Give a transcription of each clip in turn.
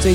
最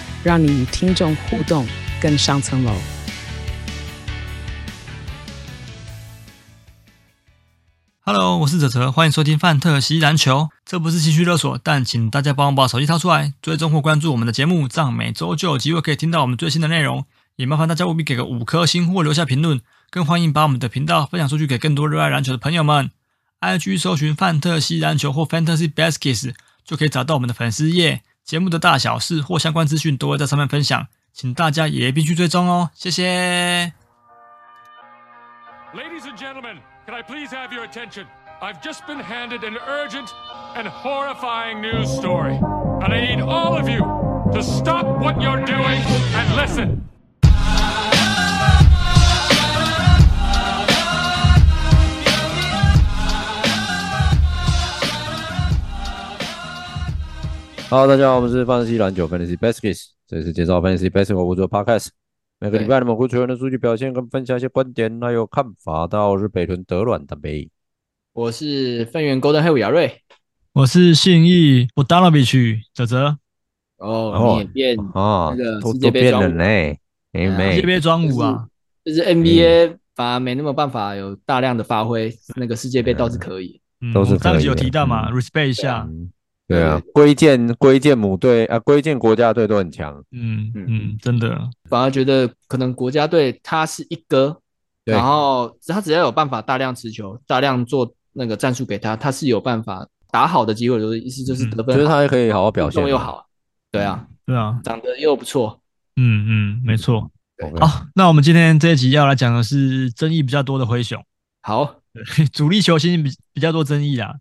让你与听众互动更上层楼。 Hello，我是哲哲，欢迎收听《范特西篮球》。这不是情绪勒索，但请大家帮我把手机掏出来，追踪或关注我们的节目，这样每周就有机会可以听到我们最新的内容。也麻烦大家务必给个五颗星或留下评论，更欢迎把我们的频道分享出去给更多热爱篮球的朋友们。IG 搜寻“范特西篮球”或 “Fantasy Baskets” 就可以找到我们的粉丝页，节目的大小事或相关资讯都会在上面分享，请大家也必须追踪哦，谢谢。 Ladies and gentlemen, can I please have your attention? I've just been handed an urgent and horrifying news story. And I need all of you to stop what you're doing and listen. Hello，大家好，我们是范 a 西篮球 Fantasy Baskets，这里是介绍 Fantasy Basketball 我做 Podcast，每个礼拜的某个球员的数据表现跟分享一些观点还有看法。大家好，我是北屯德软的北。我是分园 Golden Hill 亚瑞。我是信义 b o d a n o v i c 哲哲，哦哦，你也变啊那个，都世都界杯变庄了呢，哎啊妹这，边装就五是啊，就是 NBA 反而没那么办法有大量的发挥，那个世界杯倒是可以。嗯，都是我上集可以有的提到嘛嗯，respect 一下，嗯对啊，归建归建母队啊，归建国家队都很强，嗯嗯嗯，真的，反而觉得可能国家队他是一哥，对然后他只要有办法大量持球，大量做那个战术给他，他是有办法打好的机会，就是意思就是得觉得分好，他还可以好好表啊运现，啊动又好。对啊，对啊，长得又不错。嗯嗯，没错。 OK。好，那我们今天这一集要来讲的是争议比较多的灰熊， 好，主力球星比比较多争议啦。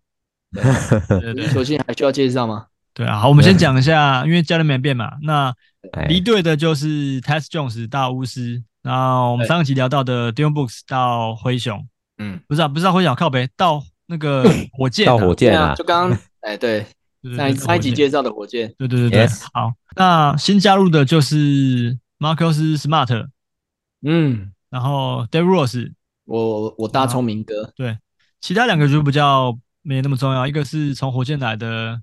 对对足对球星还需要介绍吗？对啊，好，我们先对讲一下，因为教练没变嘛，那哎离队的就是 Tess Jones 大巫师，然后我们对上一集聊到的 d i o n Books 到灰熊，嗯，不是啊，不是到灰熊，靠北到那 个火箭啊，嗯到火对箭啊就，刚刚哎对，对，对上一对上一集火箭介绍的火箭，对对对对 Yes 好，那新加入的就是 Marcus Smart，嗯，然后 Dave Rose，我我大聪明哥，其他两个就比较没那么重要，一个是从火箭来的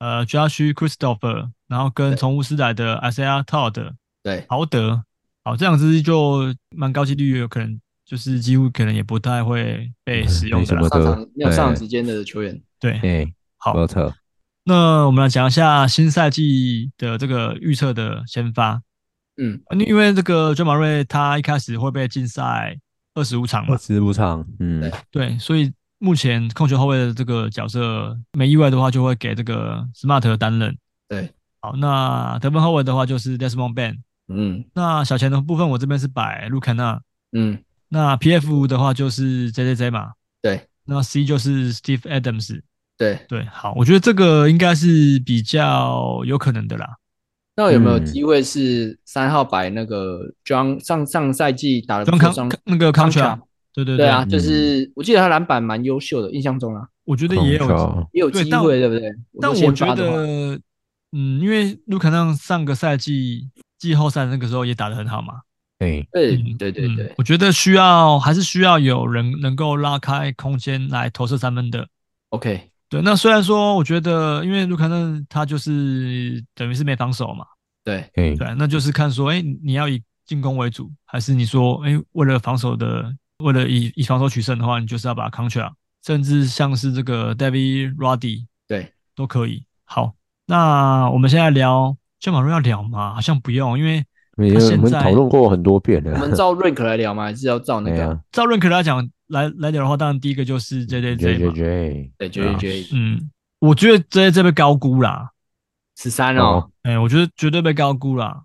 呃 Josh Christopher，然后跟对从巫师来的 Isaiah Todd 对，豪德，好，这两支就蛮高几率有可能就是几乎可能也不太会被使用没的什啦么。上的场，没有上哎场时间的球员，对，哎，好，不错，那我们来讲一下新赛季的这个预测的先发，嗯，因为这个 j 马瑞他一开始会被禁赛二十五场嘛二，十五场，嗯，对，所以目前控球后卫的这个角色，没意外的话就会给这个 Smart 担任。对，好，那得分后卫的话就是 Desmond Bain。嗯那小前的部分我这边是摆卢肯纳，嗯，那 PF 的话就是 JJJ 嘛，对那 C 就是 Steve Adams。对，对，好，我觉得这个应该是比较有可能的啦。那有没有嗯机会是三号摆那个 John 上上赛季打的跟不康错，康那个康 Contra 乔，对对对啊，嗯就是我记得他篮板蛮优秀的，印象中啊我觉得控也有球也有机对但会，对不对？但如我果先觉发的话得，嗯，因为卢卡纳上个赛季季后赛那个时候也打得很好嘛，哎，对嗯对对嗯对，我觉得需要还是需要有人能够拉开空间来投射三分的。 ，OK，对，那虽然说我觉得，因为卢卡纳他就是等于是没防守嘛，对，哎，对，那就是看说，哎、你要以进攻为主，还是你说，哎、为了防守的，为了以以防守取胜的话，你就是要把 contra，甚至像是这个 David Roddy 对都可以。好，那我们现在聊就马瑞要聊吗？好像不用，因为没有他现我们在讨论过很多遍我了们，照 rank 来聊吗？还是要照那哎个？呀照认可来讲来来聊的话，当然第一个就是，J JJJ J 嘛。 J，对，绝对绝对嗯，我觉得 JJJ 被高估啦，十三哦哦，哎、我觉得绝对被高估啦。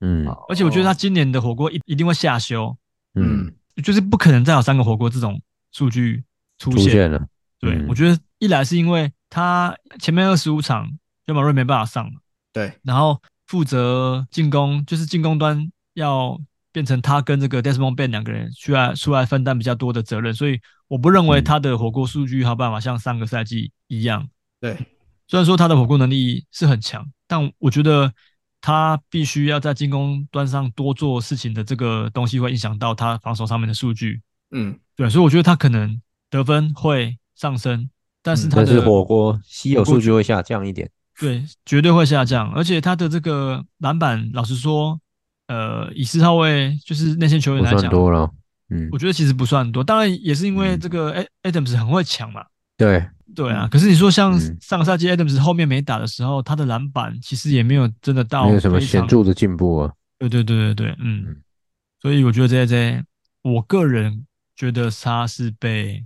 嗯好而且我觉得他今年的火锅一一定会下修，嗯，嗯就是不可能再有三个火锅这种数据出出现。现了，对、嗯我觉得一来是因为他前面二十五场 j a m 瑞没办法上嘛，对然后负责进攻，就是进攻端要变成他跟这个 Desmond Bain 两个人出来出来分担比较多的责任，所以我不认为嗯他的火锅数据还有办法像上个赛季一样。对，虽然说他的火锅能力是很强，但我觉得他必须要在进攻端上多做事情的这个东西会影响到他防守上面的数据。嗯，对，所以我觉得他可能得分会上升，但是嗯他但的、是火锅稀有数据会下降一点。对，绝对会下降，而且他的这个篮板，老实说，呃，以四号位就是内线球员不来算讲，多了。嗯我，觉得其实不算多。当然也是因为嗯这个 A- Adams 很会抢嘛，对，对啊。嗯可是你说像嗯上个赛季 Adams 后面没打的时候，他的篮板其实也没有真的到没有什么非显常。著的进步啊。对对对对对，嗯嗯。所以我觉得 J J，我个人觉得他是被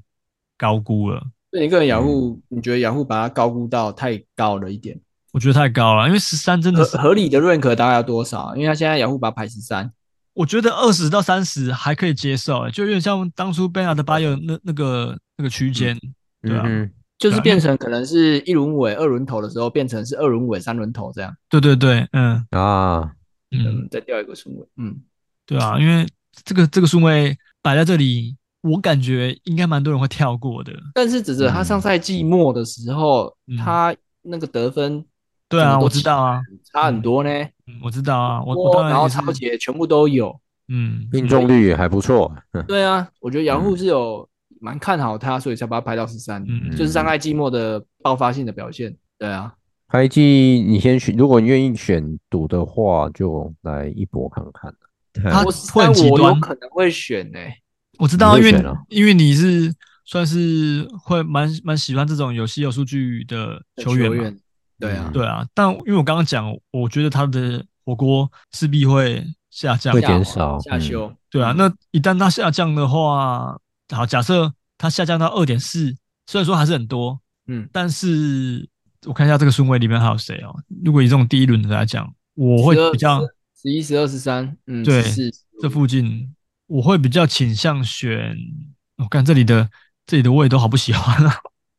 高估了，那你个人雅虎，嗯你觉得雅虎把它高估到太高了一点？我觉得太高了，因为十三真合的呃是合理的认可大概要多少？啊因为他现在雅虎把它排十三，我觉得二十到三十还可以接受、欸，就有点像当初贝纳德巴尔那那个那个区间，对啊嗯哼，就是变成可能是一轮尾、二轮头的时候，变成是二轮尾、三轮头这样，对对对，嗯啊，嗯，嗯，再掉一个顺位，嗯，对啊，因为这个这个顺位摆在这里，我感觉应该蛮多人会跳过的。但是指着他上赛季末的时候，嗯他那个得分对啊，怎么都我知道啊，差很多呢，嗯我知道啊，我我多当然然后也是超，节全部都有。嗯，命中率也还不错。嗯对啊，我觉得雅虎是有蛮看好他，所以才把他排到十三，嗯就是上赛季末的爆发性的表现。对啊，开季你先选，如果你愿意选赌的话，就来一搏看看。嗯他我会但很极我有端，可能会选欸呢、我知道啊，因你会为选啊因为你是算是会蛮蛮喜欢这种有稀有数据的球员嘛，对啊，对啊，但因为我刚刚讲，我觉得他的火锅势必会下降会嘛，减少嗯下修，对啊，那一旦它下降的话，好，假设它下降到二点四，虽然说还是很多，嗯，但是我看一下这个顺位里面还有谁哦。如果以这种第一轮的来讲，我会12比较十一、十二、十三，嗯，对是这附近，我会比较倾向选。我看这里的这里的我也都好不喜欢啊，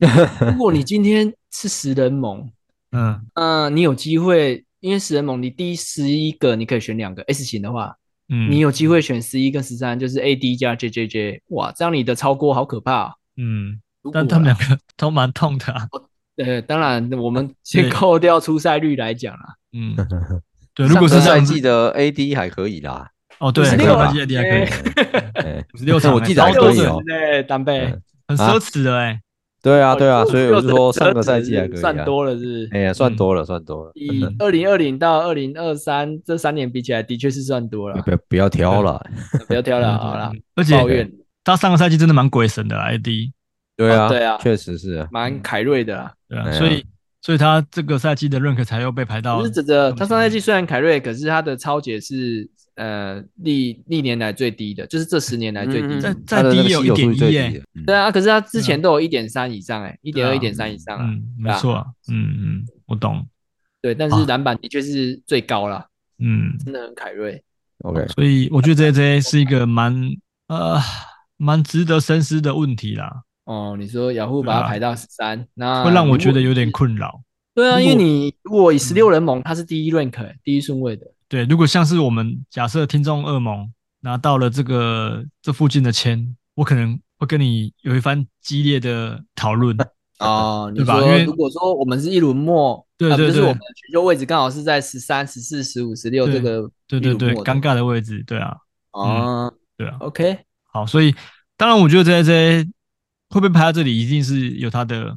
如果你今天是十人盟，嗯，嗯、你有机会，因为十人盟你第十一个你可以选两个 S 型的话，嗯你有机会选十一跟十三，就是 AD 加 JJJ，哇，这样你的超锅好可怕、哦。嗯，如果但啊他们两个 都蛮痛的、啊，哦呃，当然 我们先扣掉出赛率来讲啦，嗯，嗯，对，如果是上这赛样子季，的 AD 还可以啦，哦，对， 56这个啊还可以还可以，哎 五十六场，我记得还超多可以的哦对，单倍嗯很啊奢侈的哎、对啊，对啊，所以我就说折上个赛纸季还是可以啊算多了是不是？哎呀，嗯算多了，算多了，以二零二零到二零二三这三年比起来，的确是算多 了不，要不要挑了，不要挑了，对好啦，，对嗯对而抱且怨他上个赛季真的蛮鬼神的啊 ID，对啊，哦对啊确实是啊，嗯蛮凯瑞的啦。对啊，哎呀所以所以他这个赛季的认可才又被排到可是，这个他上赛季虽然凯瑞，可是他的超解是呃历历年来最低的，就是这十年来最低嗯的。再嗯再他的那低个也有稀有数1.1据最耶低的，嗯对啊，可是他之前都有一点三以上，哎，一点二、一点三以上啊。嗯，没错啊，嗯嗯，我懂，对，但是篮板的确是最高啦，嗯，真的很凯瑞。 ，OK，所以我觉得 JJ 是一个蛮呃蛮值得深思的问题啦，哦，你说雅虎把它排到十三，那啊会让我觉得啊如有果点困扰。对啊，如因果嗯为你如果以十六人盟，他是第一 rank，哎第一顺位的。对，如果像是我们假设听众恶魔拿到了这个这附近的签，我可能会跟你有一番激烈的讨 论。哦，对你吧说因为如果说我们是一轮末，对啊对就是对我们的选秀位置刚好是在十三、十四、十五、十六对这个对对对一，轮末的尴尬的位置，对啊，哦对啊。 ，OK，好，所以当然，我觉得这这会被排到这里，一定是有它的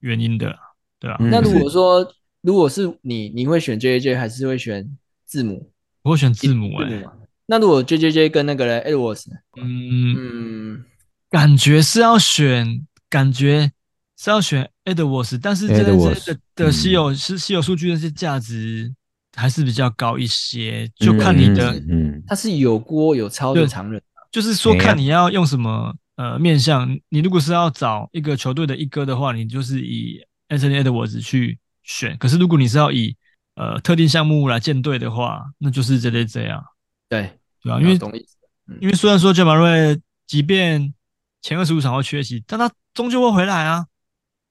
原因的啦，对啊。嗯那就如是果说如果是你，你会选 JJJ 还是会选字母？我会选字母、字欸，母嘛？那如果 JJJ 跟那个人 Edwards，呢嗯，嗯，感觉是要选，感觉是要选 Edwards，但是这 Edwards，这的的嗯稀有是稀有数据那些价值还是比较高一些，就看你的，嗯嗯，他是有锅有超对有常人，就是说哎呀看你要用什哎么呃面向。你如果是要找一个球队的一哥的话，你就是以 Anthony Edwards 去选。可是如果你是要以呃特定项目来建队的话，那就是这类这样，对，对啊，因为懂意思。因为虽然说杰马瑞即便前二十五场会缺席，但他终究会回来啊。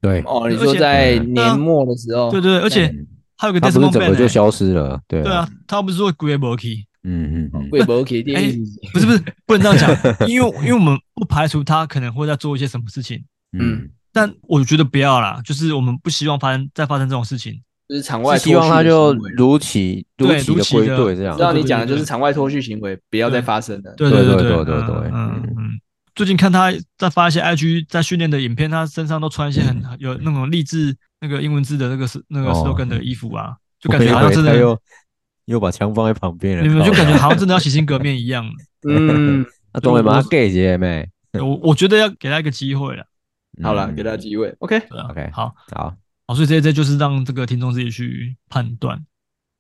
对，哦，你而说且啊在嗯年末的时候，哦对对对，而且嗯还有个他 Desmond b a 不是整 n 个就消失了，对对啊啊，，他不是说 g r e b o r k y 嗯嗯嗯，魏博给第哎一，不是不是，不能这样讲，因为因为我们不排除他可能会在做一些什么事情，嗯，但我觉得不要啦，就是我们不希望发生再发生这种事情。就是场外是希望他就如如期如对期如的期归的队这样知。道你对对讲的对就是对场外脱序行为，不要再发生了。对对对对对对对对嗯嗯嗯嗯。最近看他在发一些 IG 在训练的影片，他身上都穿一些很有那种励志那个英文字的那个是那个嗯哦 slogan 的衣服啊，就我感觉以哦好像为真他的，又 又把枪放在旁边了，你们就靠感觉腰好像真的要洗心革面一样。嗯， 那东北我马 gay 姐妹，我我觉得要给他一个机会了， 好了，嗯给大家机会。OK，对啊 OK 好，好，好，哦所以这这就是让这个听众自己去判断。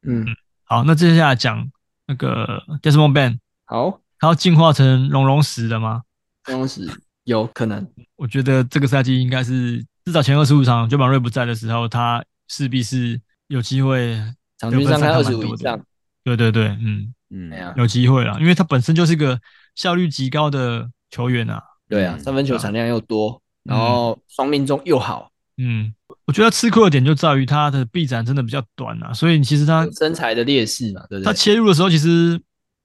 嗯，好，那接下来讲那个 Desmond b a n 好，他要进化成龙龙石了吗？当时有可能，我觉得这个赛季应该是至少前二十五场，九板瑞不在的时候，他势必是有机会。场均上看得分二十上看五蛮多以的上，对对对，嗯，嗯哎呀，有机会啦，因为他本身就是一个效率极高的球员啊。对啊，嗯三分球产量又多，然后双命中又好，嗯，我觉得他吃亏的点就在于他的臂展真的比较短啊，所以其实他有身材的劣势嘛，对不他对？切入的时候其实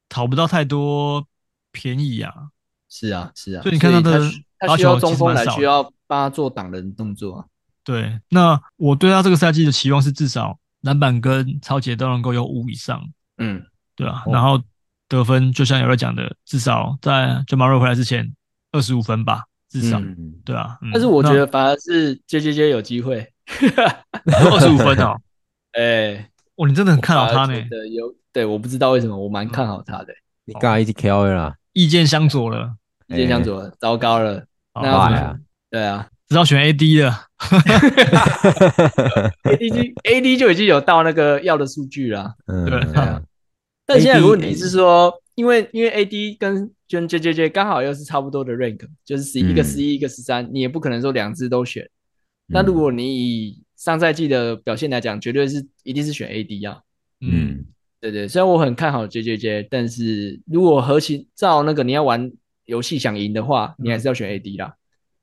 讨不到太多便宜啊。是啊，是啊，所以你看所他的需他发需球要其中实锋蛮来少需的要帮他做挡人动作啊。对，那我对他这个赛季的期望是至少篮板跟超节都能够有五以上，嗯，对啊，哦然后得分就像有人讲的，至少在 j a m a r 回来之前二十五分吧，至少，嗯嗯对啊。嗯但是我觉得反而是 J J J 有机会， 二十五分哦，哎，哇，你真的很看好反他而呢觉，得有对，我不知道为什么我蛮看好他的。你刚才一直 Q 啦，意见相左了，意见相哎左了，糟糕了，好那爸我 呀，对啊只好选 AD 了。 ，AD AD 就已经有到那个要的数据了。嗯对啊 但 AD 现在的问题是说，因为因为 AD 跟跟 JJJ 刚好又是差不多的 rank，就是十一嗯个十一个十三，你也不可能说两只都选。那嗯如果你以上赛季的表现来讲，绝对是一定是选 AD 啊。嗯，嗯对对，虽然我很看好 JJJ，但是如果核心照那个你要玩游戏想赢的话，你还是要选 AD 啦。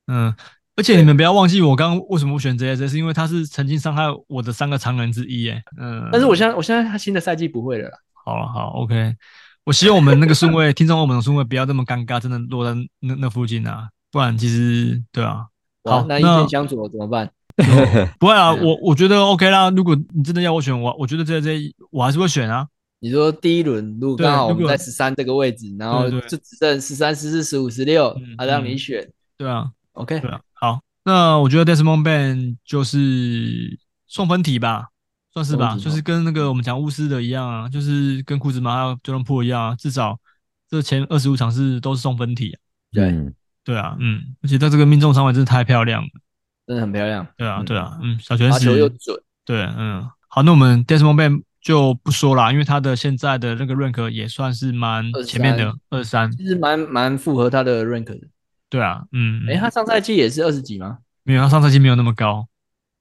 嗯，而且你们不要忘记，我刚刚为什么选 JJ，是因为他是曾经伤害我的三个常人之一耶。嗯，但是我现在我现在他新的赛季不会了啦。好了，好，OK。我希望我们那个顺位，听众我们的顺位不要这么尴尬，真的落在那那附近啊，不然其实对啊，哇好，那意那见相左怎么办？ 不会啊，对啊我我觉得 OK 啦。如果你真的要我选，我我觉得这这我还是会选啊。你说第一轮如果对刚好我如们果在十三这个位置，然后对对就只剩十三、十四、十五、十六嗯，啊，让嗯你选。对啊， OK，对啊。好，那我觉得 Desmond Ban 就是送分题吧，算是吧，送分题就哦是跟那个我们讲巫师的一样啊，就是跟库兹马还有 Jordan p o o 一样啊，至少这前二十五场是都是送分题啊。对嗯对啊，嗯，而且他这个命中三围真的太漂亮了。真的很漂亮，对啊，嗯对啊，嗯，小泉罚球又石，准，对，嗯，好，那我们 Desmond b a n 就不说啦，因为他的现在的那个 rank 也算是蛮23前面的二三，其实蛮蛮符合他的 rank 的。对啊，嗯，哎，他上赛季也是二十几吗？没有，他上赛季没有那么高，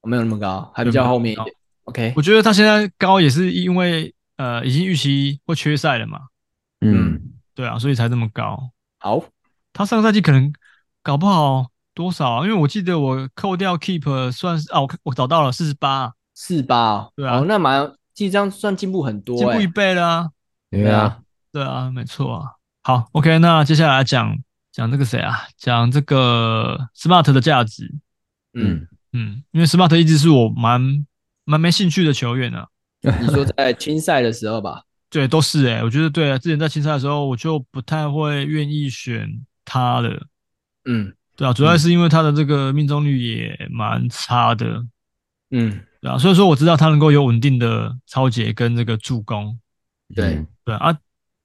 哦没有那么高，还对比较没有后面一那么点。OK，我觉得他现在高也是因为呃已经预期会缺赛了嘛，嗯，对啊，所以才这么高。好，他上个赛季可能搞不好多少啊，因为我记得我扣掉 keep 算是啊，我我找到了四十八，啊四八哦，对啊哦那蛮其实这样算进步很多进步哎一。倍了啊。对啊，，对啊，没错啊。好，OK，那接下来讲讲这个谁啊？讲这个 Smart 的价值。嗯，嗯，因为 Smart 一直是我蛮蛮没兴趣的球员啊。嗯你说在青赛的时候吧，对，都是诶、我觉得对啊。之前在青赛的时候，我就不太会愿意选他了。嗯对啊，主要是因为他的这个命中率也蛮差的。嗯，对啊，虽然说我知道他能够有稳定的超节跟这个助攻，对，对啊，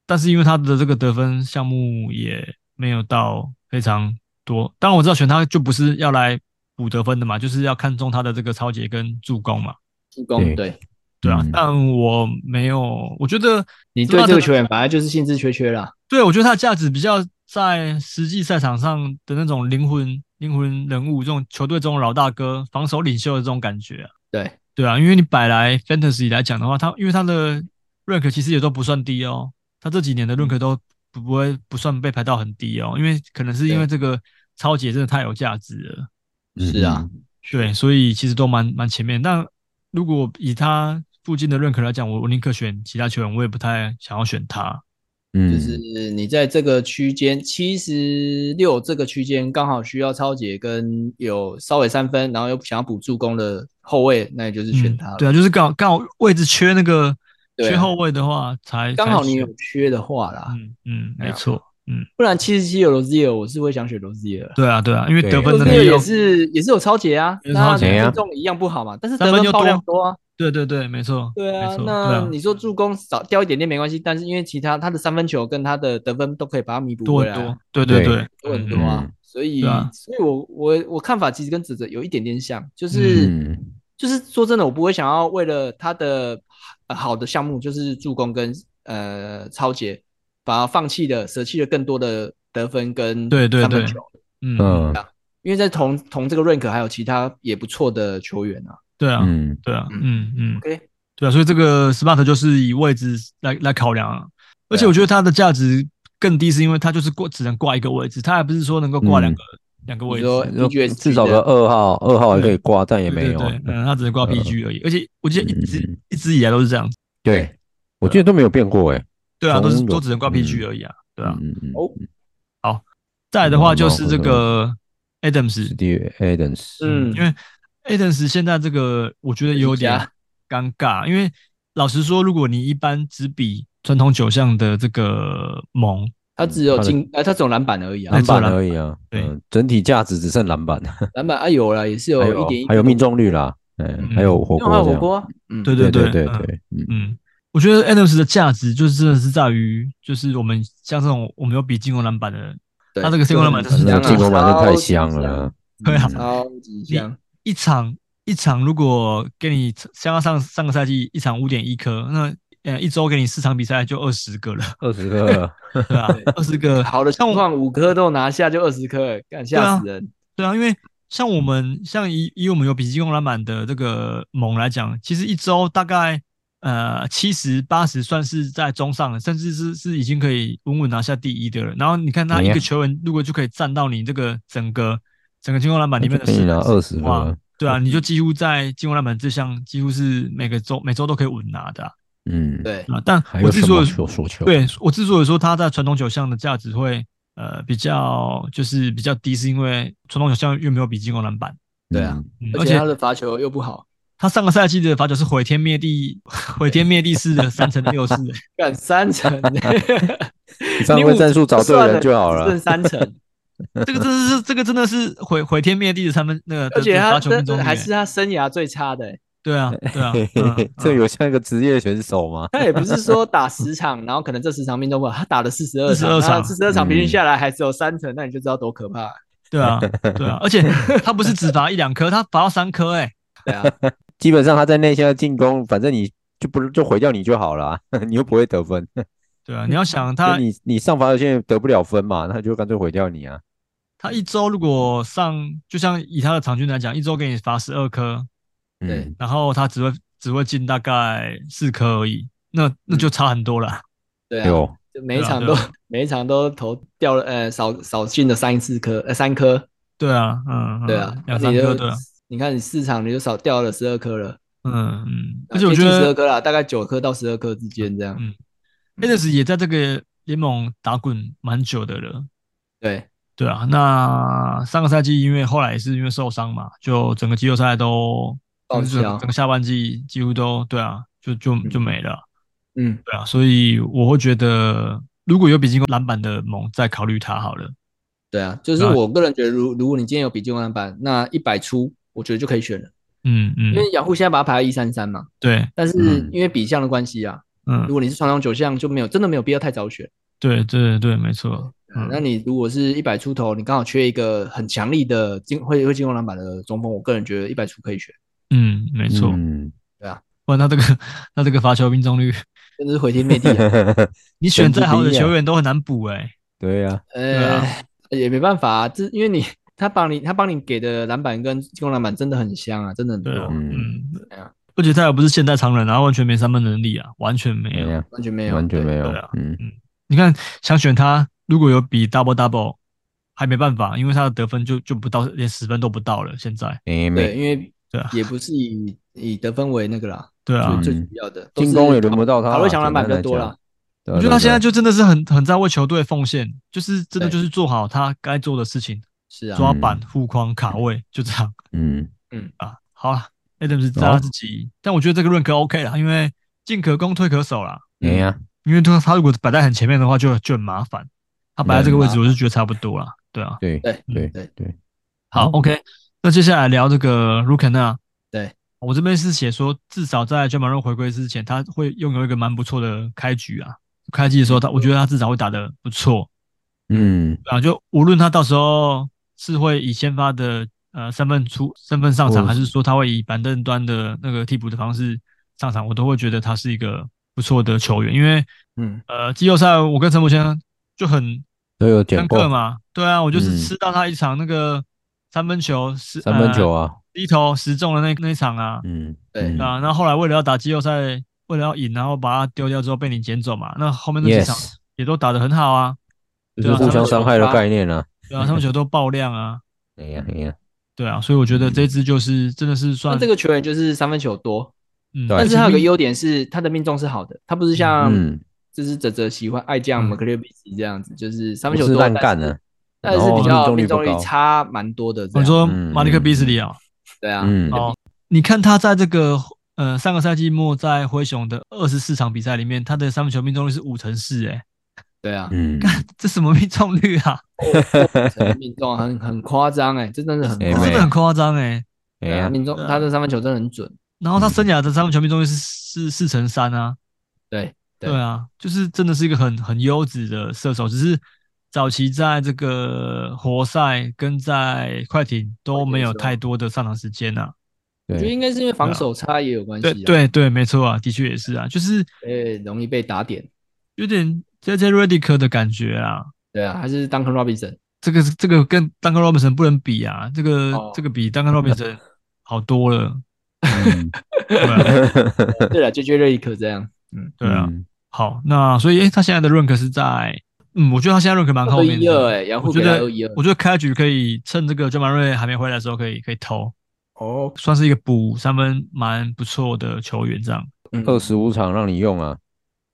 但是因为他的这个得分项目也没有到非常多，当然我知道选他就不是要来补得分的嘛，就是要看中他的这个超节跟助攻嘛，助攻对对。对啊，嗯但我没有，我觉得你知对道这个他球员本来就是兴致缺缺啦，对我觉得他的价值比较在实际赛场上的那种灵魂灵魂人物，这种球队中的老大哥、防守领袖的这种感觉啊、对，对啊，因为你摆来 fantasy 来讲的话，他因为他的 rank 其实也都不算低哦，他这几年嗯的 rank 都不不会不算被排到很低哦，因为可能是因为这个超姐真的太有价值了，嗯是啊，对，所以其实都蛮蛮前面。但如果以他附近的认可来讲，我我宁可选其他球员，我也不太想要选他。嗯，就是你在这个区间七十六这个区间刚好需要超解跟有稍微三分，然后又想要补助攻的后卫，那也就是选他嗯了。对啊，就是刚好刚好位置缺那个对啊缺后卫的话，才刚好你有才选缺的话啦，嗯嗯，对啊没错，嗯，不然七十七有罗兹尔，我是会想选罗兹尔。对啊对啊，因为对得分罗真兹的尔有也，是也是有超节啊，也是超那节啊命中一样不好嘛，但是三得分分又爆多量多啊。对对对，没错，对啊没，错，对那啊，你说助攻少掉一点点没关系，但是因为其他他的三分球跟他的得分都可以把它弥补多回很来啊多，，对对对对，多很多嗯啊嗯。所以对啊，所以我我我看法其实跟子哲有一点点像，就是嗯就是说真的，我不会想要为了他的呃好的项目，就是助攻跟呃超节，把它放弃的舍弃了更多的得分跟对对三分对球。嗯嗯因为在同同这个 rank 还有其他也不错的球员啊。对啊嗯对啊，嗯嗯嗯， OK，对啊，所以这个 smart 就是以位置来来考量啊，而且对啊我觉得它的价值更低，是因为它就是挂只能挂一个位置，它还不是说能够挂嗯两个两个位你置，说那 EGS 至少个二号，二号还可以挂，但也对没对有啊对，嗯，它只能挂 PG 而已，而且我记得一嗯嗯直一直以来都是这样，对，我记得都没有变过哎。对啊，都是从都只能挂嗯 PG 而已啊，对啊，嗯嗯嗯哦，再来的话就是这个 Adams， ，Steve Adams，嗯因为 Adams 现在这个我觉得有点尴尬，因为老实说，如果你一般只比传统九项的这个盟，他只有进，呃，他只有篮板而已啊嗯篮，板没错啦而已啊，对嗯，整体价值只剩篮板，篮板啊有了，也是有还一有点一，还有命中率啦，嗯嗯，还有火因为锅还有这火样，锅啊，嗯，对对对对嗯对，嗯嗯，我觉得 Adams 的价值就是真的是在于，就是我们像这种我们有比进攻篮板的人，对他这个进攻篮板就真很是那香个进啊攻板真太超级香了香啊，对啊嗯超级香，一场一场，如果给你像上上个赛季一场五点一颗，那呃一周给你四场比赛就二十个了，二十个，对啊，二十个好的像情我况五颗都拿下就二十颗，干吓死人，对啊，因为像我们像以以我们有比进攻篮板的这个猛来讲，其实一周大概呃七十八十算是在中上了，甚至是是已经可以稳稳拿下第一的了。然后你看他一个哎呀球员如果就可以占到你这个整个整个进攻篮板里面的那就可以拿40% 20哇了对啊，你就几乎在进攻篮板这项几乎是每个周每周都可以稳拿的啊。 嗯，对，啊但还我有之什所么以所所求？对我之所以说它在传统九项的价值会呃比较就是比较低，是因为传统九项又没有比进攻篮板，对啊嗯而而且且他的罚球又不好，他上个赛季的罚球是毁天灭地、毁天灭地式 的三乘六式，干三 成，嗯，上位战术找对人就好只了剩。三 成，这个真的是这个真的是毁毁天灭地的三分那个的而且的他罚球命中这率欸还是他生涯最差的欸。对啊对 啊，嘿嘿嗯嘿嗯这有像一个职业选手吗？他也不是 说打十场，然后可能这十场命中不好，他打了四十二42场四十二场嗯平均下来还只有三成，那你就知道多可怕。对啊对啊，而且他不是只罚一两颗，他罚到三颗哎，对啊，基本上他在内线的进攻，反正你就不就毁掉你就好了啊， 你又不会得分。对啊，你要想 他就你你上罚球线得不了分嘛，那就干脆毁掉你啊。他一周如果上，就像以他的场均来讲，一周给你罚十二颗，对嗯，然后他只会只会进大概四颗而已，那那嗯就差很多了。对 啊，有就每一场对都啊 每一场都投掉了，呃，少少进了三四颗，呃，三颗。对啊，嗯，嗯对啊，两那三你颗，就对啊，你看你四场你就少掉了十二颗了，嗯嗯，而且我觉十二得颗啦，大概九颗到十二颗之间这样。嗯 a d 也在这个联盟打滚蛮久的了。对，对啊，那上个赛季因为后来也是因为受伤嘛，就整个季后赛都报整销个整个下半季几乎都对啊，就就就没了。嗯，对啊，所以我会觉得如果有比进攻篮板的盟，再考虑他好了。对啊，就是对啊我个人觉得如，如果你今天有比进攻篮板，那一百出，我觉得就可以选了，嗯嗯因，为雅虎现在把它排到一三三嘛，对，但是嗯因为比项的关系啊，嗯如，果你是传统九项，就没有真的没有必要太早选。对对对，没错。嗯嗯，那你如果是一百出头，你刚好缺一个很强力的进会会进攻篮板的中锋，我个人觉得一百出可以选，嗯，没错。嗯， 不然他这个 他这个罚球命中率， 真的是毁天灭地啊。你选再好的神之不一啊球员都很难补哎、对啊呀，呃，啊也没办法、啊，这因为你他帮你他帮你给的篮板跟进攻篮板真的很香啊，真的很多对，啊，嗯嗯对啊，而且他也不是现代常人啊，完全没三分能力啊，完全没有。没完全没有，有，哎完全没有对啊。嗯，你看，想选他，如果有比 double double，还没办法，因为他的得分就就不到，连十分都不到了。现在，没对，对，没，因为对啊也不是以以得分为那个啦，对啊是嗯，最主要的。进攻也轮不到他啦卡瑞强篮板比较多简单来啦讲。对啊我觉对得啊他现在对啊就真的是很很在为球队奉献，就是真的对就是做好他该做的事情，是啊，抓板、护框、卡位，就这样嗯，啊。好啊了，Adams 他自己，但我觉得这个 rank OK 啦，因为进可攻退可守啦，哎呀，因为他他如果摆在很前面的话就就很麻烦，他摆在这个位置嗯我是觉得差不多啦，对啊。对对对对对，好嗯，OK，那接下来聊这个 r u k a n a 对，我这边是写说，至少在 j a m a r 回归之前，他会拥有一个蛮不错的开局啊。开机的时候他，我觉得他至少会打得不错嗯，啊。就无论他到时候是会以先发的呃身份出身份上场，我还是说他会以板凳端的那个替补的方式上场，我都会觉得他是一个不错的球员。因为嗯，呃，季后赛我跟陈柏谦就很都有捡深过刻嘛，对啊，我就是嗯吃到他一场那个三分球是三分球啊。啊，低头十中的那那一场啊，嗯，对嗯啊，那后来为了要打季后赛，为了要赢，然后把它丢掉之后被你捡走嘛，那后面那几场 Yes 也都打得很好啊，就是互相伤害的概念啊，对啊，他们球都爆量啊，哎呀哎呀，对啊，所以我觉得这支就是真的是算那这个球员就是三分球多，嗯，对啊但是他有个优点是他的命中是好的，他不是像嗯，就是泽泽喜欢爱将嗯 m c l e b i 这样子，就是三不分球是多烂干的，，但是但是比然较后命命中率中不率高差蛮多的这我样。哦说嗯马里克·比斯利啊，对啊，嗯，哦你看他在这个呃上个赛季末在灰熊的二十四场比赛里面，他的三分球命中率是五成四，哎，对啊，嗯，这什么命中率啊？命中很很夸张哎，这真的很夸哎张真的很夸张哎。哎对啊呀，命嗯中他的三分球真的很准。然后他生涯的三分球命中率是是四成三啊，对，对对啊，就是真的是一个很很优质的射手，只是早期在这个活塞跟在快艇都没有太多的上场时间啊。我觉得对，应该是因为防守差也有关系对啊，对对，没错啊，的确也是啊，就是对，容易被打点。有点 J J Redick 的感觉啊。对啊，还是 Duncan Robinson。这个这个跟 Duncan Robinson 不能比啊，这个、哦这个比 Duncan Robinson 好多了。嗯对啊，对了，就觉得一颗这样，嗯，对啊。嗯好，那所以诶，他现在的 rank 是在，嗯，我觉得他现在 rank 蛮后二面一二的。哎，杨我虎觉给他得二一二，我觉得开局可以趁这个 j a m a r 还没回来的时候，可以可以投。哦，算是一个补三分蛮不错的球员，这样二十五场让你用啊，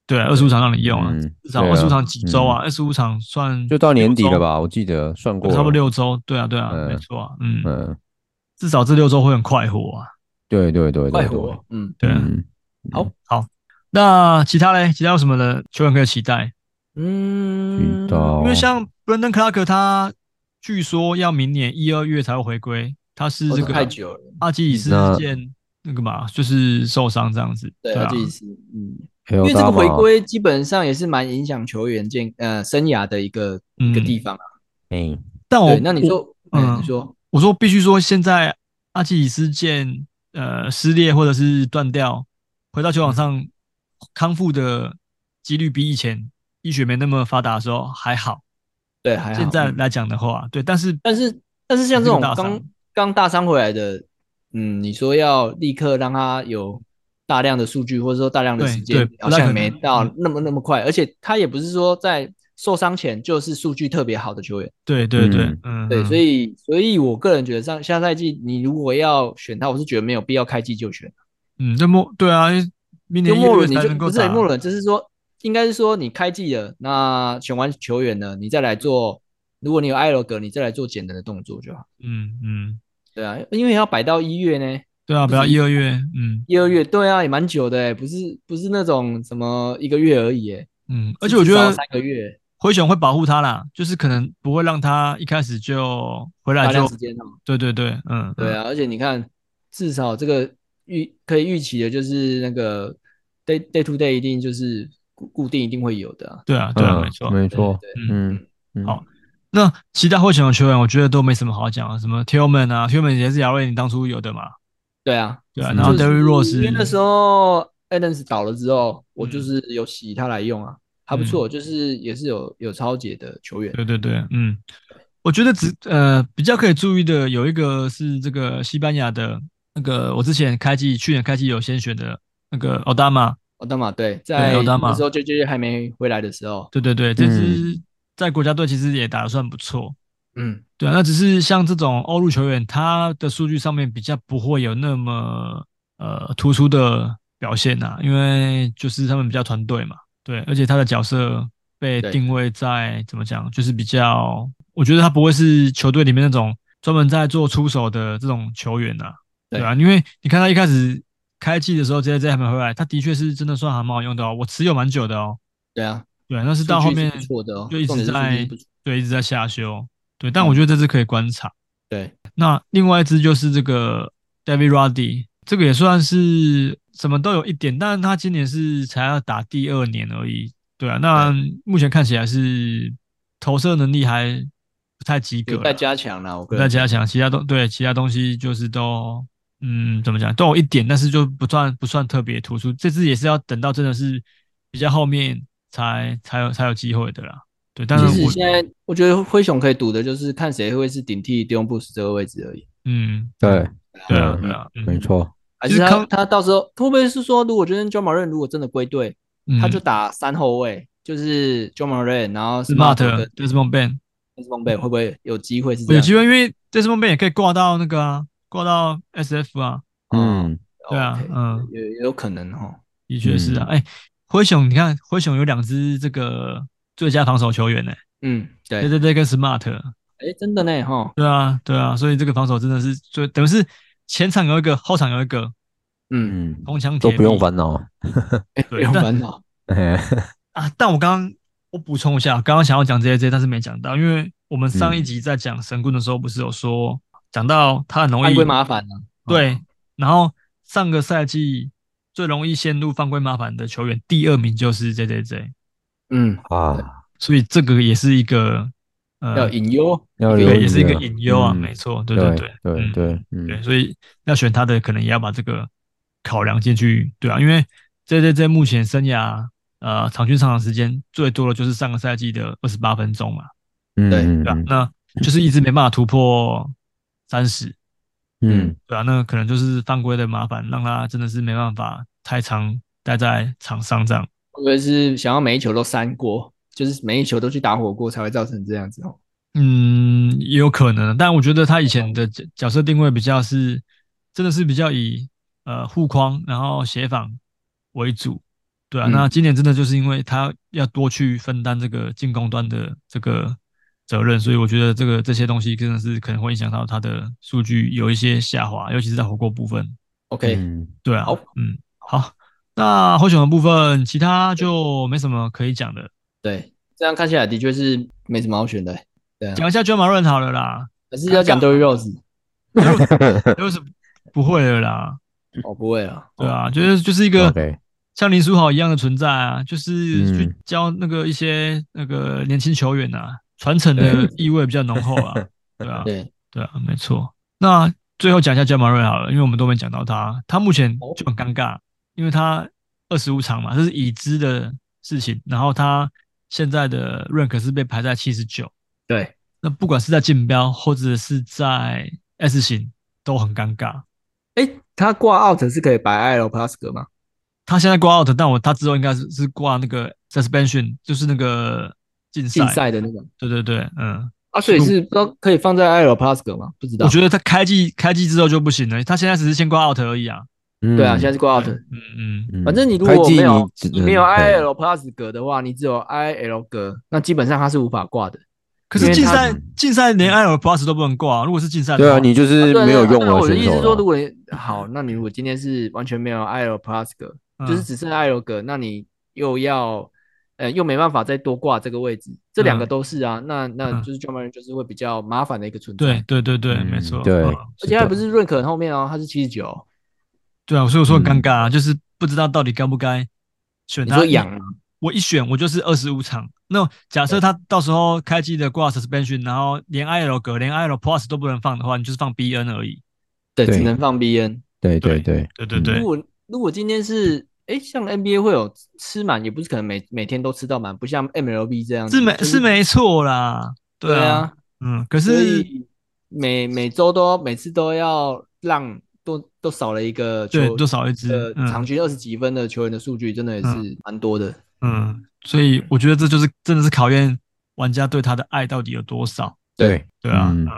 对，二十五场让你用啊，嗯至少对啊二十五场几周啊，二十五场算就到年底了六吧？我记得算周，过，差不多，六周，对啊对啊，嗯没错啊，嗯，嗯，至少这六周会很快活啊，对对对快对对，活，嗯对啊。嗯那其他嘞，其他有什么的球员可以期待？嗯，遇到因为像 Brandon Clark 他据说要明年一二月才会回归，他是哦这个太久了，嗯阿基里斯那腱那个嘛，就是受伤这样子，对啊啊，，这一次，嗯，因因为这个回，归基本上也是蛮影响球员健呃生涯的一个一个嗯地方啊。哎，但我对，那你说，嗯嗯，你说，我说必须说，现在阿基里斯腱呃撕裂或者是断掉，回到球场上嗯康复的几率比以前医学没那么发达的时候还好。对，还好。现在嗯来讲的话，对，但是但是但是像这种 这个大伤刚刚大伤回来的，嗯，你说要立刻让他有大量的数据，或者说大量的对时对间，不好太可像没能到嗯那么那么快，而且他也不是说在受伤前就是数据特别好的球员，对对对，嗯嗯，对，所以以所以我个人觉得上下赛季你如果要选他，我是觉得没有必要开季就选，嗯，这莫对啊，因为明就年一末月轮你才就能够不打是，末轮，就是说应该是说你开季了，那选完球员了，你再来做，如果你有艾罗格，你再来做简单的动作就好。嗯嗯，对啊，因为要摆到一月呢，对啊，不要一二月，嗯一二月，对啊，也蛮久的哎，不是不是那种什么一个月而已哎，嗯，而且我觉至少得三个月灰熊会保护他啦，就是可能不会让他一开始就回大来量就时间哦。对对对，嗯，对啊，而且你看，至少这个预可以预期的就是那个 day day to day 一定就是固固定一定会有的啊。对啊对啊，嗯没错，没对错，对嗯，嗯好，那其他会选的球员，我觉得都没什么好讲啊，什么 Tillman 啊，Tillman 也是亚瑞你当初有的嘛，对啊，对啊，嗯然后就是 Derry Rose，因为那时候 Adams 倒了之后，我嗯就是有洗他来用啊，还不错，就是也是有有超解的球员。对对对，嗯，我觉得只呃比较可以注意的有一个是这个西班牙的那个，我之前开季去年开季有先选的那个奥达玛，奥达玛对，在奥达玛那时候 JJ 还没回来的时候，对对对，这支在国家队其实也打得算不错，嗯，对啊，那只是像这种欧陆球员，他的数据上面比较不会有那么呃突出的表现呐、因为就是他们比较团队嘛，对，而且他的角色被对定位在怎么讲，就是比较，我觉得他不会是球队里面那种专门在做出手的这种球员呐、对对啊，因为你看他一开始开季的时候，J J 还没回来，他的确是真的算还蛮好用的哦，我持有蛮久的哦，对啊，对，但是到数后据是面不错的哦，就一重直点是数据在是不错嗯对一直在下修，对，但我觉得这次可以观察。对那另外一支就是这个 David Roddy，这个也算是什么都有一点，但他今年是才要打第二年而已，对啊。那目前看起来是投射能力还不太及格有啦，待加强啦，我啊个有待人加强，其他东对其他东西就是都嗯怎么讲都有一点，但是就不算不算特别突出。这支也是要等到真的是比较后面才才有才有机会的啦，对。但其是实我现在我觉得灰熊可以赌的就是看谁会是顶替 Dion b o s 这个位置而已，嗯对，对啊嗯对啊，嗯没错，还其是实他康他到时候会不会是说，如果今天 j o m a r a n 如果真的归队，嗯他就打三后卫，就是 j o m a r a n 然后 Smart 跟 Desmond Ben。孟贝会不会有机会是这有样？机会，因为这次梦贝也可以挂到那个啊，挂到 SF 啊，嗯，哦，对啊 OK，嗯有有可能哦。的确是啊。哎、灰熊，你看灰熊有两支这个最佳防守球员呢、嗯，对对，对对，跟 Smart，哎，真的呢，哈，对啊对啊，所以这个防守真的是最等于是前场有一个，后场有一个，嗯，嗯，铜墙铁都壁不用烦恼。不 对用但 烦恼。嘿啊。但我刚刚我补充一下，刚刚想要讲这些这些，但是没讲到，因为我们上一集在讲神棍的时候，不是有说讲到他很容犯易规麻烦啊呢？对，然后上个赛季最容易陷入犯规麻烦的球员，第二名就是 J J J，嗯，啊，所以这个也是一个要呃，隐忧，要留对，意也是一个啊隐忧啊，嗯没错，对对对对对嗯对，嗯对，所以要选他的可能也要把这个考量进去，对啊，因为 J J J 目前生涯呃场均上场时间最多的就是上个赛季的二十八分钟嘛，嗯对对嗯吧、啊那就是一直没办法突破三十，嗯对啊，那可能就是犯规的麻烦，让他真的是没办法太长待在场上这样。会不会是想要每一球都三锅，就是每一球都去打火锅才会造成这样子哦？嗯，也有可能，但我觉得他以前的角角色定位比较是，真的是比较以呃护框然后协防为主，对啊。嗯那今年真的就是因为他要多去分担这个进攻端的这个责任，所以我觉得这个这些东西真的是可能会影响到他的数据有一些下滑，尤其是在火锅部分。 OK，嗯对啊，好嗯，好，那候选的部分，其他就没什么可以讲的，对，这样看起来的确是没什么好选的，对啊，讲一下 j o e Maron 好了啦， 还是要讲 d o r y Rose 就是不会了啦，哦，不会了，对啊，就是就是一个 OK 像林书豪一样的存在啊，就是去嗯教那个一些那个年轻球员啊，传承的意味比较浓厚啊，对啊，对，对啊，没错。那最后讲一下 j a m a r e 好了，因为我们都没讲到他，他目前就很尴尬，因为他二十五场嘛，这是已知的事情，然后他现在的 rank 是被排在七十九，对，那不管是在竞标或者是在 S 型都很尴尬。哎，他挂 out 是可以白 L plus 格吗？他现在挂 out，但我他之后应该是是挂那个 suspension，就是那个禁赛。竞赛的那个对对对，嗯，啊，所以是不知道可以放在 L plus 格吗？不知道，我觉得他开季开季之后就不行了，他现在只是先挂 out 而已啊。嗯，对啊，现在是挂 out，嗯嗯，嗯反正你如开果季没有只你没有能对 IL Plus 格的话，你只有 IL 格，那基本上它是无法挂的。可是因为竞他嗯赛竞赛连 L Plus 都不能挂、如果是竞赛的对话啊，你就是对啊没有对啊用对啊我的选意手思是说，如了。果你好，那你如果今天是完全没有 IL Plus 格，就是嗯只剩 IL 格，那你又要呃又没办法再多挂这个位置，这两个嗯都是啊，那那嗯就是专门就是会比较麻烦的一个存在。对，对对对，嗯没错，对嗯而是且它的也不是润可后面哦，它是七十九，对啊，所以我说嗯尴尬、啊，就是不知道到底该不该选你他。说养啊，我一选我就是二十五场。那假设他到时候开机的挂 suspension，然后连 IL 格、连 IL Plus 都不能放的话，你就是放 BN 而已。对，对只能放 BN。对对对对对嗯对如果如果今天是哎，像 NBA 会有吃满，也不是可能每每天都吃到满，不像 MLB 这样子，是没就是没错啦。对啊，啊，嗯，可所是以每每周都每次都要让都都少了一个球，对多少一支呃，嗯场均二十几分的球员的数据，真的也是蛮多的。嗯，所以我觉得这就是真的是考验玩家对他的爱到底有多少。对对啊，嗯嗯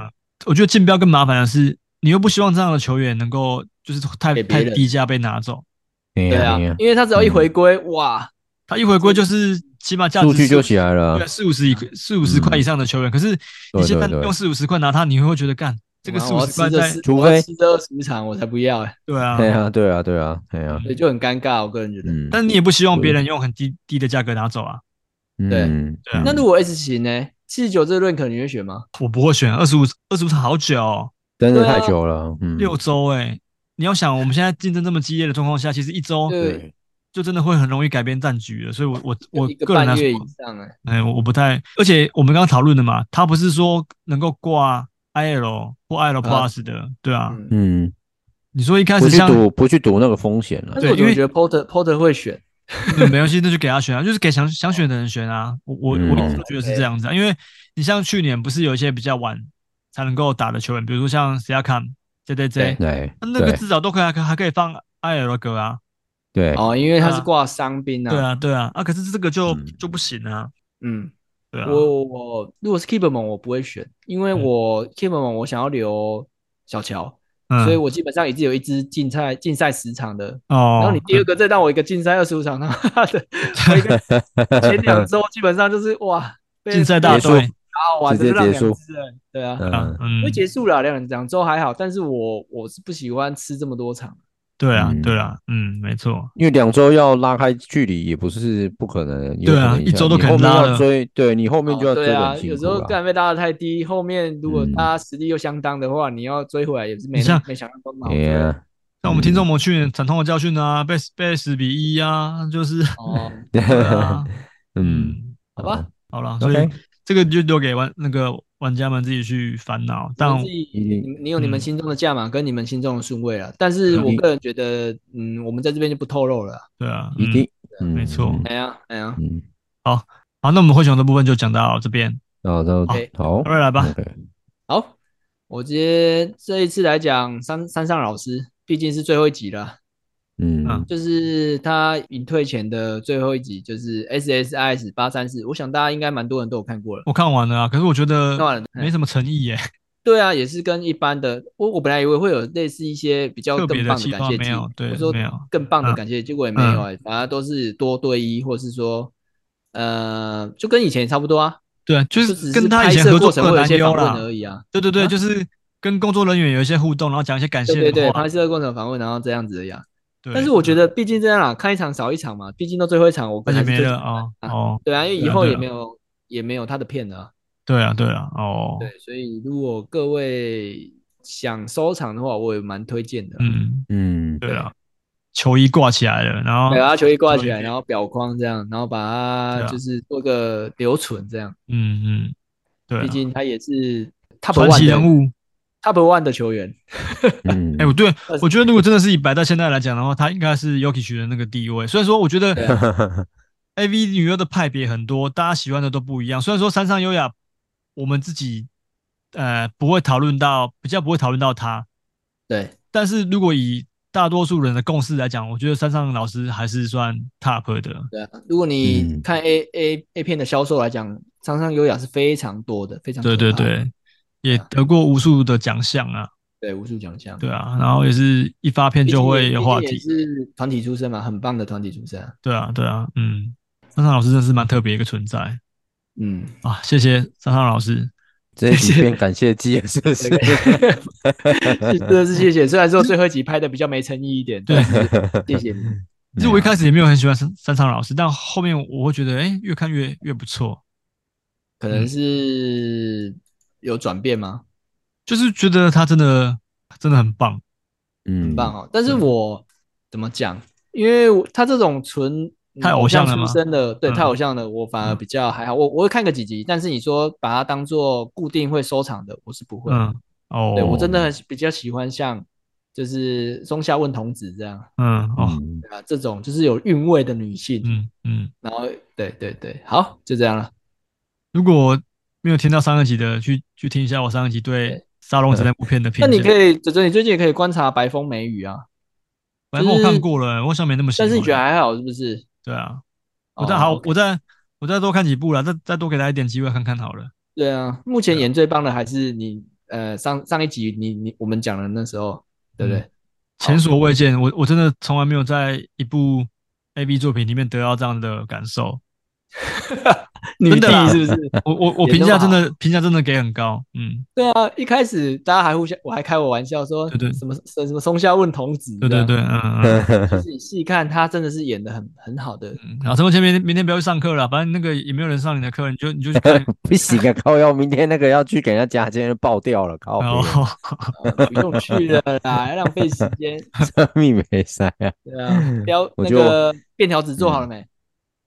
我觉得竞标更麻烦的是，你又不希望这样的球员能够就是太给别太人低价被拿走，对对啊，因为他只要一回归，嗯哇，他一回归就是起码价值数据就起来，来了对，，四五十以嗯四五十块以上的球员，可是你现在对对对用四五十块拿他，你会觉得干这个我四要五十吃块这在四，除我要非吃这二十场，我才不要哎，对啊，对啊，对啊，对啊，对啊，所以就很尴尬，我个人觉得。嗯，但你也不希望别人用很低低的价格拿走啊，对嗯对啊那如果 S 型呢？七十九这论可你会选吗？我不会选二十五二十五场好久哦、真的对啊太久了，嗯，六周哎、你要想我们现在竞争这么激烈的状况下，其实一周对，就真的会很容易改变战局了，所以我我我一个个人来半说月，以上哎，哎、我我不太，而且我们刚刚讨论的嘛，他不是说能够挂 IL 或 IL 啊 Plus 的，对啊，嗯。嗯，你说一开不始去像赌，不去赌那个风险了但，是我对因为就觉得 Porter Porter 会选，对，嗯没关系，那就给他选啊，就是给想想选的人选啊。我我嗯我一直都觉得哦是这样子啊，因为你像去年不是有一些比较晚才能够打的球员，比如说像 s i a k a m JJJ，对对，那那个对至少都可以还可以还可以放 IL 歌啊，对，哦，因为他啊是挂伤兵啊。对，啊对啊啊，可是这个就嗯就不行啊，嗯，对啊，我我我如果是 Keeperman 我不会选，因为我 Keeperman 我想要留小乔，嗯所以我基本上已经有一支竞赛竞赛十场的。哦，然后你第二个再让我一个竞赛二十五场， 他妈的，我一个前两周基本上就是哇，被竞赛大结束队，打完直接就让结束两支了，对啊，啊嗯，嗯会，结束了两两周还好，但是我我是不喜欢吃这么多场，对啊嗯对啊，嗯，没错，因为两周要拉开距离也不是不可能，有对啊可能一一下周都你可能后面拉要了追，对你后面就要哦追对得啊，很辛有苦时候啦干被拉的太低，后面如果嗯大家实力又相当的话，你要追回来也是没你像没想到多好啊哎追。 呀，像嗯我们听众们去年惨痛的教训啊，被被十比一啊，就是哦， 对 啊，嗯，嗯，好吧，好了，所以 OK，这个就留给玩那个玩家们自己去烦恼。但自己一定你你有你们嗯心中的价码跟你们心中的顺位啊，但是我一定个人觉得，嗯，我们在这边就不透露了。对啊，一嗯定，嗯没错哎呀哎呀，嗯，好，那我们灰熊的部分就讲到这边，然后都对嗯好瑞来嗯吧。 ，OK，好，我直接这一次来讲山山上老师，毕竟是最后一集了，嗯嗯，就是他隐退前的最后一集，就是 SSIS 八三四，我想大家应该蛮多人都有看过了。我看完了啊，可是我觉得看完了哎没什么诚意耶，对啊，也是跟一般的，我我本来以为会有类似一些比较特别更的棒计感划谢没祭有，对我说没有更棒的嗯感谢，结果也没有哎、反而都是多对一，或是说，呃，就跟以前也差不多啊，对，就就是只跟是他拍以前摄合过作程过的男会有一些优访问啦，而已啊，对对对，啊就是跟工作人员有一些互动，然后讲一些感谢对的对对，话拍摄过程访问，然后这样子而已啊。对但是我觉得，毕竟这样啦，看一场少一场嘛，毕竟到最后一场，我而个且人是没最了哦啊哦，对啊，因为对以啊后对也啊没有也没有他的片了啊。对啊对啊哦，对，所以如果各位想收藏的话，我也蛮推荐的啊。嗯嗯，对啊，球衣挂起来了，然后对啊，把球衣挂起球来，衣然后裱框这样，然后把对啊它就是做个留存这样。嗯嗯，对啊毕，竟他也是 top 传奇 one 的人物， top one 的球员。嗯，哎，我对二十我觉得如果真的是以摆到现在来讲的话，他应该是 Yoki 的那个地位。虽然说我觉得对啊嗯 A V 女优的派别很多，大家喜欢的都不一样。虽然说山上优雅，我们自己呃不会讨论到，比较不会讨论到她，对，但是如果以大多数人的共识来讲，我觉得山上老师还是算 top 的。对啊，如果你嗯看 A A A 片的销售来讲，商上优雅是非常多的，非常对可对怕对，也得过无数的奖项啊，对，无数奖项。对啊，然后也是一发片毕竟也，就会有话毕题，竟也是团体出身嘛，很棒的团体出身啊。对啊对啊，嗯，山上老师真是蛮特别一个存在 嗯，啊，谢谢山上老师。这一集变感谢祭了，是不是？真的是谢谢。虽然说最后一集拍的比较没诚意一点，对 但是谢谢你。其啊实我一开始也没有很喜欢山山上老师，但后面我会觉得，哎、越看越越不错，可嗯能是有转变吗？就是觉得他真的真的很棒。 嗯，很棒哦。但是我怎么讲？因为我他这种纯嗯太偶像了吗出身的，对，嗯太偶像了，我反而比较还好。我我会看个几集，但是你说把它当做固定会收藏的，我是不会。嗯，哦，对我真的很比较喜欢像就是松下问童子这样。嗯，哦，嗯，对啊，这种就是有韵味的女性，嗯嗯，然后对对对，好，就这样了。如果没有听到上一集的，去去听一下我上一集对《沙龙子》那部片的评那价。你可以，以，哲哲，你最近也可以观察白风美雨啊，反正我看过了，我好像没那么喜但欢。是你觉得还好是不是？对啊，哦我再好， ，OK 我再我再多看几部了，再再多给大家一点机会看看好了。对啊，目前嗯演最棒的还是你，呃，上上一集你你我们讲的那时候，对不对？前所未见，我我真的从来没有在一部 A B 作品里面得到这样的感受。女真的啦帝是不是？我我我也评都价真好的评价真的给很高，嗯，对啊，一开始大家还互相，我还开我玩笑说，对对什么什么松下问童子，对对对，，嗯嗯。就是你细看他真的是演的很很好的，嗯然后陈文前明天明天不要去上课了，反正那个也没有人上你的课，你就你就去看不行啊，靠腰，明天那个要去给人家加，今天就爆掉了，靠然后呃不用去了啦，还浪费时 间。北， 密没塞啊，对啊，标我那就个便条纸做好了没？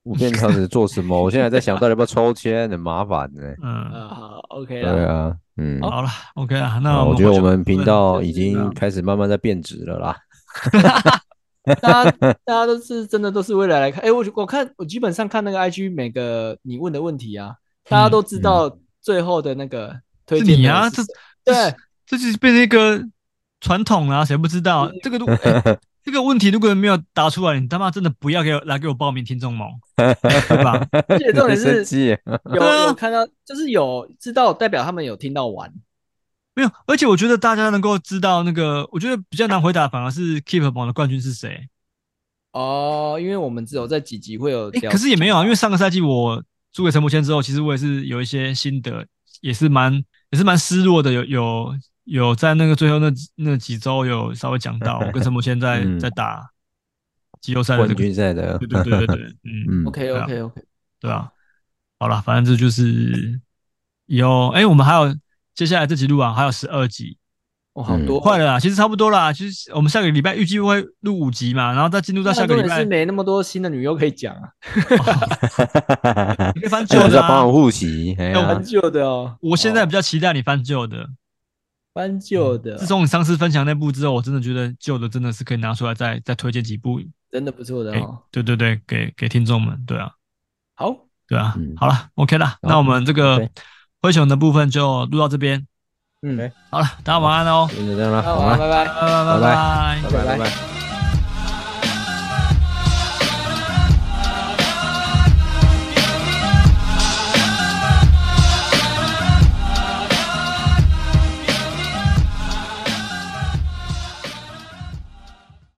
五片条子做 什么？我现在在想到底要不要抽签，很麻烦呢。嗯，呃，好对，OK 了。啊，嗯，好了，OK 啊，那啊我我们觉得回我去们频道已就是这经样开始慢慢在变质了 啦。大家大家都是真的都是为了来看，哎，我我看我基本上看那个 IG 每个你问的问题啊，大家都嗯知道最后的那个推荐是的你啊是谁这对，这就是变成一个传统啊啦、谁不知道这个如、 哎这个问题如果没有答出来，你他妈真的不要给我来给我报名听众盟，对吧？ 而且重点生是气，有对啊有看到，就是有知道，代表他们有听到完。没有，而且我觉得大家能够知道那个，我觉得比较难回答，反而是 Keep 榜的冠军是谁。哦，因为我们只有在几集会有哎、聊，可是也没有啊，因为上个赛季我输给陈柏谦之后，其实我也是有一些心得，也是蛮也是蛮失落的。有有有在那个最后那几那几周有稍微讲到，我跟陈柏谦在、嗯在打季后赛的冠这个，军赛的对，对对对对，嗯。 嗯啊 OK OK OK，对啊，好了，反正这就是以后，哎、我们还有接下来这集录啊完还有十二集，哇，哦好嗯多快了啦，其实差不多啦，其实我们下个礼拜预计会录五集嘛，然后再进入到那下很个多礼人拜是，没那么多新的女优可以讲啊， 你可以翻旧哎我在的、帮啊我。护旗，哎呀啊 翻旧的哦，我现在哦比较期待你翻旧的。翻旧的哦，嗯自从你上次分享那部之后，我真的觉得旧的真的是可以拿出来再再推荐几部。真的不错的哎哦。对对对，给给听众们，对啊，好，对啊，嗯好了，OK 啦，那我们这个 OK 灰熊的部分就录到这边，嗯，好了，大家晚安哦，就这样了，那好晚安，了，拜拜。拜拜拜拜拜。拜拜拜拜。